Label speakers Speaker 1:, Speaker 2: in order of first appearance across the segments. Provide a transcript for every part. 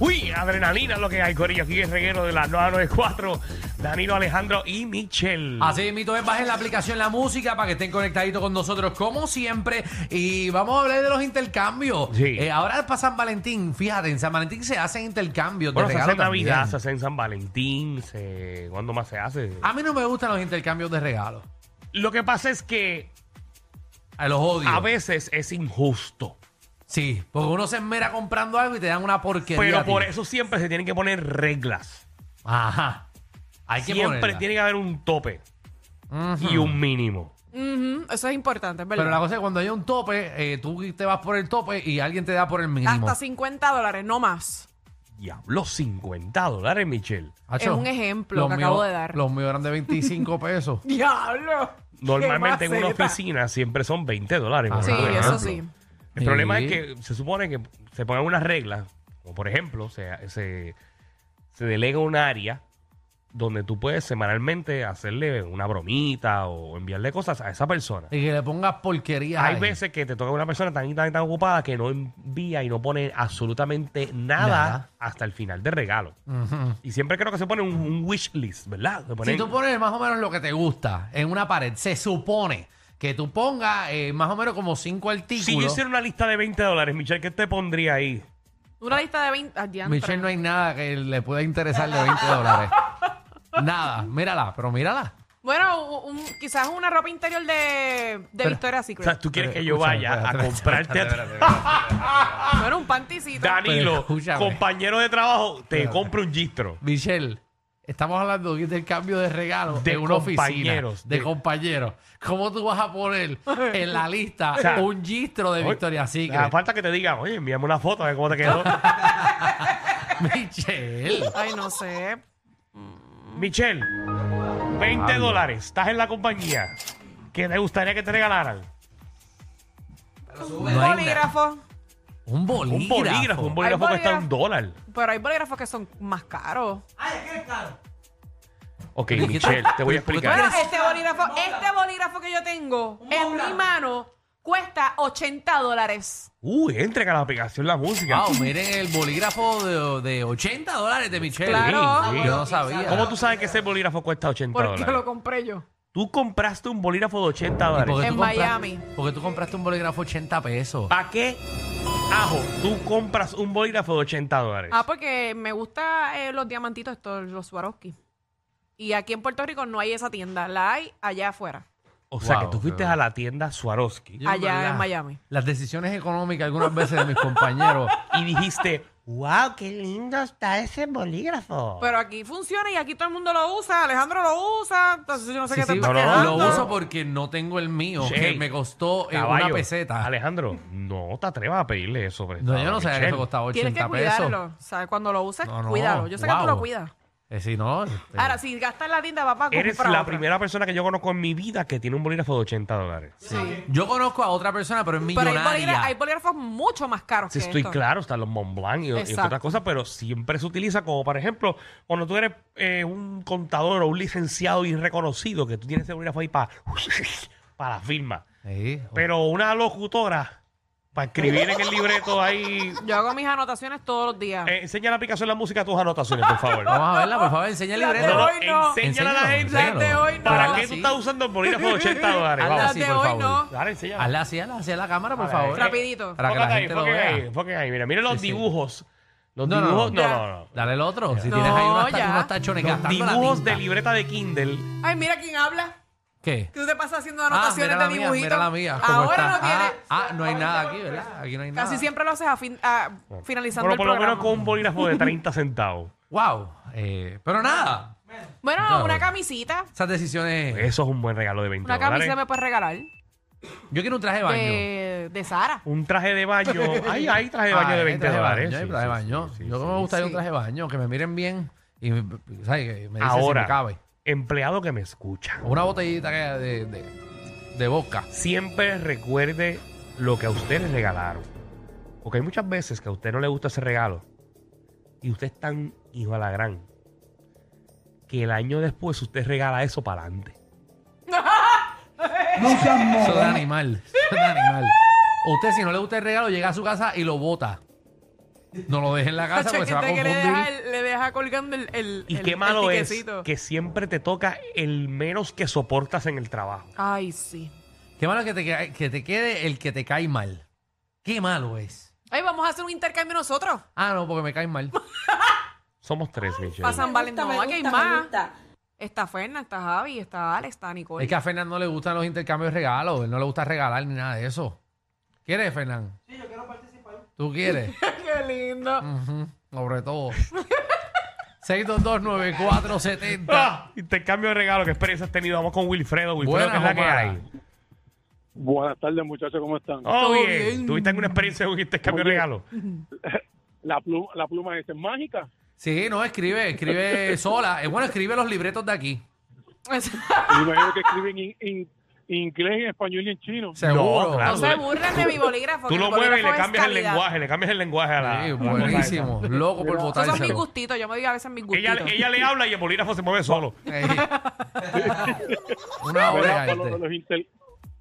Speaker 1: Uy, adrenalina es lo que hay, Corillo. Aquí es reguero de la 994, Danilo Alejandro y Michelle.
Speaker 2: Así mito es, bajen la aplicación La Música para que estén conectaditos con nosotros como siempre. Y vamos a hablar de los intercambios.
Speaker 1: Sí.
Speaker 2: Eh, ahora para San Valentín, fíjate, en San Valentín se hacen intercambios
Speaker 1: bueno,
Speaker 2: de
Speaker 1: se hace
Speaker 2: regalo
Speaker 1: en
Speaker 2: también. Ah.
Speaker 1: Navidad, se hace en San Valentín, se... ¿cuándo más se hace?
Speaker 2: A mí no me gustan los intercambios de regalo.
Speaker 1: Lo que pasa es que
Speaker 2: A los odio.
Speaker 1: a veces es injusto.
Speaker 2: Sí, porque uno se enmera comprando algo y te dan una porquería.
Speaker 1: Pero
Speaker 2: a ti.
Speaker 1: por eso siempre se tienen que poner reglas.
Speaker 2: Ajá. Hay que
Speaker 1: Siempre
Speaker 2: ponerla.
Speaker 1: tiene que haber un tope y un mínimo.
Speaker 3: Ujú, Eso es importante, es ¿verdad?
Speaker 2: Pero la cosa es que cuando hay un tope, eh, tú te vas por el tope y alguien te da por el mínimo.
Speaker 3: Hasta 50 dólares, no más.
Speaker 1: Diablo, 50 dólares, Michelle.
Speaker 2: Hacho,
Speaker 3: Es un ejemplo que acabo de dar.
Speaker 2: Los míos eran de 25 pesos.
Speaker 3: ¡Diablo!
Speaker 1: Normalmente
Speaker 3: ¡Qué
Speaker 1: en una
Speaker 3: maceta!
Speaker 1: oficina siempre son 20 dólares. por
Speaker 2: Ah,
Speaker 3: Sí,
Speaker 1: ejemplo.
Speaker 3: eso sí.
Speaker 1: El
Speaker 2: Sí.
Speaker 1: problema es que se supone que se pongan unas reglas, como por ejemplo, se, se, se delega un área donde tú puedes semanalmente hacerle una bromita o enviarle cosas a esa persona.
Speaker 2: Y que le pongas porquería.
Speaker 1: Hay
Speaker 2: ahí.
Speaker 1: veces que te toca una persona tan y tan, y tan ocupada que no envía y no pone absolutamente nada,
Speaker 2: Nada.
Speaker 1: hasta el final del regalo.
Speaker 2: Ujú.
Speaker 1: Y siempre creo que se pone un, un wish list, ¿verdad? Se
Speaker 2: Si
Speaker 1: ponen-
Speaker 2: tú pones más o menos lo que te gusta en una pared, se supone que tú pongas eh, más o menos como cinco
Speaker 1: si yo
Speaker 2: artículos.
Speaker 1: hiciera una lista de 20 dólares, Michelle, ¿qué te pondría ahí?
Speaker 3: Una lista de 20. ah, diantre.
Speaker 2: Michelle, no hay nada que le pueda interesar de 20 dólares. nada, mírala, pero mírala.
Speaker 3: Bueno, un- un- quizás una ropa interior de, de
Speaker 2: Pero-
Speaker 3: Victoria's
Speaker 1: O
Speaker 3: Secret.
Speaker 1: sea, tú quieres que yo vaya a comprarte a ti-
Speaker 3: bueno, un panticito.
Speaker 1: Danilo,
Speaker 2: Pero escúchame.
Speaker 1: compañero de trabajo, te compro un gistro.
Speaker 2: Michelle, estamos hablando aquí del cambio de regalos
Speaker 1: De
Speaker 2: en una
Speaker 1: compañeros,
Speaker 2: oficina, de,
Speaker 1: de-
Speaker 2: compañeros. ¿Cómo tú vas a poner en la lista
Speaker 1: sea,
Speaker 2: un gistro de Victoria
Speaker 1: Ah,
Speaker 2: Secret?
Speaker 1: Falta que te digan, oye, envíame una foto, a ver cómo te quedó.
Speaker 2: Michelle.
Speaker 3: Ay, no sé.
Speaker 1: Michelle, 20 dólares, estás en la compañía. ¿Qué te gustaría que te regalaran?
Speaker 2: No
Speaker 3: Un
Speaker 2: hay nada.
Speaker 3: bolígrafo.
Speaker 2: Un bolígrafo.
Speaker 1: Un bolígrafo, un bolígrafo
Speaker 3: Hay
Speaker 1: cuesta un
Speaker 3: bolígrafo.
Speaker 1: dólar.
Speaker 3: Pero hay bolígrafos que son más caros.
Speaker 1: Ok,
Speaker 2: ¿Y qué te-
Speaker 1: Michelle, te voy a
Speaker 2: ¿Por qué
Speaker 1: explicar.
Speaker 3: Bueno,
Speaker 2: Eres-
Speaker 3: este bolígrafo, este bolígrafo que yo tengo en mi mano cuesta 80 dólares.
Speaker 1: Uy, entrega Uh, la aplicación la música.
Speaker 2: Wow, miren el bolígrafo de, de 80 dólares de Michelle.
Speaker 3: Claro.
Speaker 1: Sí, sí.
Speaker 2: Yo no sabía.
Speaker 1: ¿Cómo tú sabes que ese bolígrafo cuesta 80
Speaker 3: Porque
Speaker 1: dólares?
Speaker 3: lo compré yo.
Speaker 1: Tú compraste un bolígrafo de 80
Speaker 2: Porque
Speaker 1: dólares.
Speaker 2: tú
Speaker 3: En
Speaker 2: compraste-
Speaker 3: Miami.
Speaker 2: Porque tú compraste un bolígrafo 80 pesos.
Speaker 1: ¿Para qué? Ajo, tú compras un bolígrafo de 80 dólares.
Speaker 3: Ah, porque me gusta eh, los diamantitos estos, los Swarovski. Y aquí en Puerto Rico no hay esa tienda, la hay allá afuera.
Speaker 1: O sea,
Speaker 2: Wow,
Speaker 1: que tú fuiste
Speaker 2: pero-
Speaker 1: a la tienda Swarovski
Speaker 2: Yo,
Speaker 3: allá en
Speaker 2: verdad,
Speaker 3: Miami.
Speaker 2: Las decisiones económicas algunas veces de mis compañeros.
Speaker 1: y dijiste, wow, qué lindo está ese bolígrafo.
Speaker 3: Pero aquí funciona y aquí todo el mundo lo usa, Alejandro lo usa, entonces yo no sé
Speaker 2: Sí,
Speaker 3: qué te
Speaker 2: sí,
Speaker 3: está
Speaker 1: no, no, no,
Speaker 2: lo
Speaker 3: quejando.
Speaker 2: uso porque no tengo el mío,
Speaker 1: Sí.
Speaker 2: que me costó eh, una
Speaker 1: Caballo,
Speaker 2: peseta.
Speaker 1: Alejandro, no te atrevas a pedirle eso. prestado
Speaker 2: No, yo no
Speaker 1: a
Speaker 2: sabía que
Speaker 1: Michelle.
Speaker 2: eso costaba
Speaker 3: Tienes que
Speaker 2: 80 pesos.
Speaker 3: cuidarlo, ¿sabes? Cuando lo uses,
Speaker 2: No, no,
Speaker 3: cuídalo. Yo sé que tú
Speaker 2: guau.
Speaker 3: lo cuidas.
Speaker 2: Eh, sí, no. este,
Speaker 3: Ahora, si gastas en la tienda, papá, compra
Speaker 1: Eres la
Speaker 3: otra.
Speaker 1: primera persona que yo conozco en mi vida que tiene un bolígrafo de 80 dólares.
Speaker 3: Sí.
Speaker 2: Yo conozco a otra persona, pero es
Speaker 3: Pero hay, bolígra-
Speaker 2: millonaria.
Speaker 3: hay bolígrafos mucho más caros
Speaker 1: Sí,
Speaker 3: que
Speaker 1: estoy
Speaker 3: esto.
Speaker 1: claro, están los Mont Blanc y, y
Speaker 3: Exacto.
Speaker 1: otras cosas, pero siempre se utiliza como, por ejemplo, cuando tú eres eh, un contador o un licenciado y reconocido, que tú tienes ese bolígrafo ahí para la firma.
Speaker 2: Sí.
Speaker 1: Pero una locutora, para escribir en el libreto ahí,
Speaker 3: Yo hago mis anotaciones todos los días.
Speaker 1: eh, enseña la aplicación de la música a tus anotaciones, por favor. No,
Speaker 2: Vamos a verla, por favor, enseña el
Speaker 3: La
Speaker 2: libreto.
Speaker 3: de
Speaker 1: no,
Speaker 3: hoy no.
Speaker 1: enséñala a la
Speaker 2: Enséñalo,
Speaker 1: gente.
Speaker 2: enséñalo.
Speaker 3: La de hoy no.
Speaker 1: ¿Para
Speaker 3: Hazla
Speaker 1: qué tú
Speaker 2: así.
Speaker 1: estás usando el bolígrafo de 80 dólares?
Speaker 2: Hazla
Speaker 1: Vamos.
Speaker 3: Las
Speaker 2: así,
Speaker 3: de
Speaker 2: por
Speaker 3: hoy
Speaker 2: favor.
Speaker 3: no.
Speaker 1: Dale, enséñala.
Speaker 2: Hazla así, hazla así a la cámara, por
Speaker 1: Dale,
Speaker 2: favor.
Speaker 3: Rapidito.
Speaker 2: Para que la
Speaker 1: Enfócate ahí,
Speaker 2: gente lo
Speaker 1: enfócate ahí,
Speaker 2: vea.
Speaker 1: enfócate ahí. Mira, mira los
Speaker 2: Sí, sí.
Speaker 1: dibujos. Los
Speaker 2: No, no,
Speaker 1: dibujos,
Speaker 3: no.
Speaker 1: no, no, no.
Speaker 2: Dale el otro. Si
Speaker 3: No,
Speaker 2: tienes ahí unos, ta-
Speaker 3: ya.
Speaker 2: unos tachones
Speaker 1: Los
Speaker 2: gastando la
Speaker 1: dibujos
Speaker 2: tinta.
Speaker 1: de libreta de Kindle.
Speaker 3: Ay, mira quién habla.
Speaker 2: ¿Qué?
Speaker 3: ¿Qué tú te pasas haciendo
Speaker 2: Ah,
Speaker 3: anotaciones
Speaker 2: mira la
Speaker 3: de
Speaker 2: mía,
Speaker 3: dibujitos?
Speaker 2: mira la mía. ¿Cómo
Speaker 3: Ahora
Speaker 2: está?
Speaker 3: no
Speaker 2: ah,
Speaker 3: tienes.
Speaker 2: ah, no hay nada aquí, ¿verdad? Aquí no hay nada.
Speaker 3: Casi siempre lo haces a fin- a- finalizando
Speaker 1: Bueno,
Speaker 3: el
Speaker 1: por lo
Speaker 3: programa.
Speaker 1: menos con un bolígrafo de 30 centavos.
Speaker 2: Wow. eh, pero nada.
Speaker 3: Bueno,
Speaker 2: Claro.
Speaker 3: una camisita.
Speaker 2: Esas decisiones.
Speaker 1: Eso es un buen regalo de 20
Speaker 3: Una
Speaker 1: dólares.
Speaker 3: camisita me puedes regalar.
Speaker 2: Yo quiero un traje de baño.
Speaker 3: De, de Sara.
Speaker 1: Un traje de baño. Ay, hay traje de baño
Speaker 2: Ah,
Speaker 1: de
Speaker 2: hay
Speaker 1: 20
Speaker 2: traje de
Speaker 1: dólares.
Speaker 2: baño, hay
Speaker 1: Sí,
Speaker 2: traje de
Speaker 1: sí,
Speaker 2: baño.
Speaker 1: sí, sí,
Speaker 2: Yo
Speaker 1: sí.
Speaker 2: que me gustaría un
Speaker 3: Sí.
Speaker 2: traje de baño, que me miren bien y me, ¿sabes? Que me dicen si
Speaker 1: Ahora,
Speaker 2: me cabe.
Speaker 1: empleado que me escucha,
Speaker 2: O Una botellita que- de, de, de vodka.
Speaker 1: siempre recuerde lo que a usted le regalaron. Porque hay muchas veces que a usted no le gusta ese regalo. Y usted es tan hijo a la gran que el año después usted regala eso para adelante.
Speaker 2: Eso de animal. Eso de animal. Usted, si no le gusta el regalo, llega a su casa y lo bota. No lo dejes en la casa
Speaker 3: Hay
Speaker 2: porque se va a
Speaker 3: gente que le deja,
Speaker 2: confundir.
Speaker 3: el- le deja colgando el, el
Speaker 1: Y
Speaker 3: el-
Speaker 1: qué
Speaker 3: el
Speaker 1: malo es
Speaker 3: tiquecito.
Speaker 1: que siempre te toca el menos que soportas en el trabajo.
Speaker 3: Ay, sí.
Speaker 2: Qué malo que te, ca- que te quede el que te cae mal. Qué malo es.
Speaker 3: Ay, vamos a hacer un intercambio nosotros.
Speaker 2: Ah, no, porque me cae mal.
Speaker 1: Somos tres, Michelle.
Speaker 3: pasa- San
Speaker 4: Me
Speaker 3: Valentín.
Speaker 4: gusta,
Speaker 3: No,
Speaker 4: me
Speaker 3: aquí hay
Speaker 4: gusta, me
Speaker 3: más.
Speaker 4: gusta.
Speaker 3: Está Ferna, está Javi, está Alex, está Nicole.
Speaker 2: Es que a Fernán no le gustan los intercambios de regalos. Él no le gusta regalar ni nada de eso. ¿Quieres, Fernán? Sí, yo quiero participar. ¿Tú quieres?
Speaker 3: Qué lindo.
Speaker 2: Ujú, Sobre todo. 6229470.
Speaker 1: ¡Ah! Intercambio de regalo, qué experiencia has tenido. Vamos con Wilfredo. Wilfredo,
Speaker 2: Buenas,
Speaker 1: ¿qué es la que
Speaker 2: Omar.
Speaker 1: hay?
Speaker 5: Buenas tardes, muchachos, ¿cómo están?
Speaker 1: Oh,
Speaker 3: Todo
Speaker 1: bien.
Speaker 3: bien.
Speaker 1: ¿Tuviste alguna experiencia con intercambio de
Speaker 5: Oye.
Speaker 1: regalo?
Speaker 5: La pluma, la pluma esa es mágica.
Speaker 2: Sí, no, escribe, escribe sola. Eh, Bueno, escribe los libretos de aquí.
Speaker 5: Me imagino que escriben en en inglés, en español y en chino.
Speaker 2: Seguro.
Speaker 1: No,
Speaker 3: No
Speaker 1: claro.
Speaker 3: se burlen de mi bolígrafo.
Speaker 1: Ah, Tú
Speaker 3: que
Speaker 1: lo
Speaker 3: mi
Speaker 1: mueves y
Speaker 3: bolígrafo
Speaker 1: le
Speaker 3: es
Speaker 1: cambias el
Speaker 3: calidad.
Speaker 1: lenguaje, le cambias el lenguaje a la.
Speaker 2: Sí,
Speaker 1: a la cosa
Speaker 2: buenísimo. Loco por
Speaker 3: Esos son mis
Speaker 2: votárselo.
Speaker 3: gustitos. Yo me digo a veces mis
Speaker 1: esa. Ella,
Speaker 3: gustitos.
Speaker 1: ella le habla y el bolígrafo se mueve solo.
Speaker 2: Ey. Una obra
Speaker 5: Pero para,
Speaker 2: de
Speaker 5: lo de
Speaker 2: arte.
Speaker 5: los inter-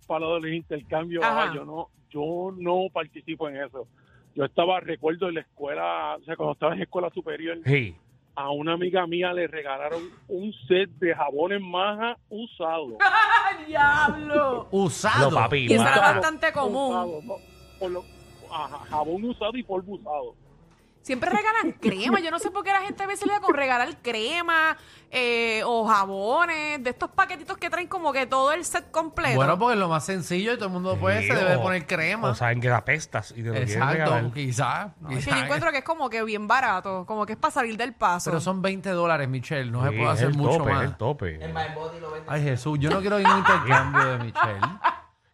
Speaker 5: para lo de los intercambios,
Speaker 3: Ajá.
Speaker 5: ah, yo no yo no participo en eso. Yo estaba, recuerdo, en la escuela, o sea, cuando estaba en escuela superior,
Speaker 1: Sí.
Speaker 5: a una amiga mía le regalaron un set de jabones maja usado.
Speaker 3: ¡Diablo!
Speaker 1: No,
Speaker 2: Usado.
Speaker 1: papi.
Speaker 3: Y eso era
Speaker 1: mano.
Speaker 3: bastante común.
Speaker 5: Usado, no, por lo- ajá, jabón usado y polvo usado.
Speaker 3: Siempre regalan crema. Yo no sé por qué la gente a veces le da con regalar crema eh, o jabones, de estos paquetitos que traen como que todo el set completo.
Speaker 2: Bueno, porque es lo más sencillo y todo el mundo puede, se
Speaker 1: Sí,
Speaker 2: debe
Speaker 1: o-
Speaker 2: poner crema.
Speaker 1: O saben que apestas y te lo quieren regalar.
Speaker 2: Exacto, quizás.
Speaker 3: es que yo encuentro que es como que bien barato, como que es para salir del paso.
Speaker 2: Pero son 20 dólares, Michelle. No se
Speaker 1: Sí,
Speaker 2: puede
Speaker 1: es
Speaker 2: hacer
Speaker 1: el
Speaker 2: mucho
Speaker 1: tope, es
Speaker 2: más.
Speaker 1: el tope.
Speaker 2: Ay, Jesús, yo no quiero ningún intercambio de Michelle.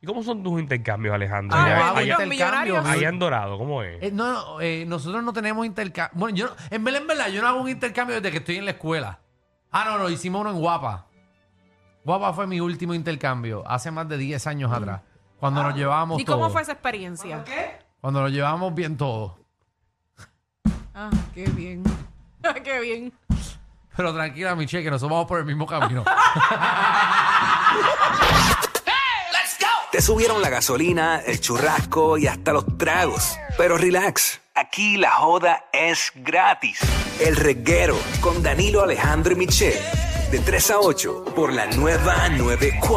Speaker 1: ¿Y cómo son tus intercambios, Alejandro?
Speaker 3: Ah,
Speaker 1: allá,
Speaker 3: vamos,
Speaker 1: allá-
Speaker 3: los millonarios.
Speaker 1: allá en Dorado, ¿cómo es?
Speaker 2: Eh, no, no, eh, nosotros no tenemos intercambio. Bueno, yo no- en verdad, en verdad, yo no hago un intercambio desde que estoy en la escuela. Ah, no, no, hicimos uno en Guapa. Guapa fue mi último intercambio, hace más de 10 años atrás. Cuando nos llevábamos
Speaker 3: ¿Y cómo
Speaker 2: todo.
Speaker 3: fue esa experiencia?
Speaker 2: Cuando nos llevábamos bien todo.
Speaker 3: Ah, qué bien. qué bien.
Speaker 2: Pero tranquila, Michelle, que nosotros vamos por el mismo camino.
Speaker 6: Te subieron la gasolina, el churrasco y hasta los tragos. Pero relax, aquí la joda es gratis. El reguero con Danilo Alejandro y Michel, de 3 a 8 por la nueva 94.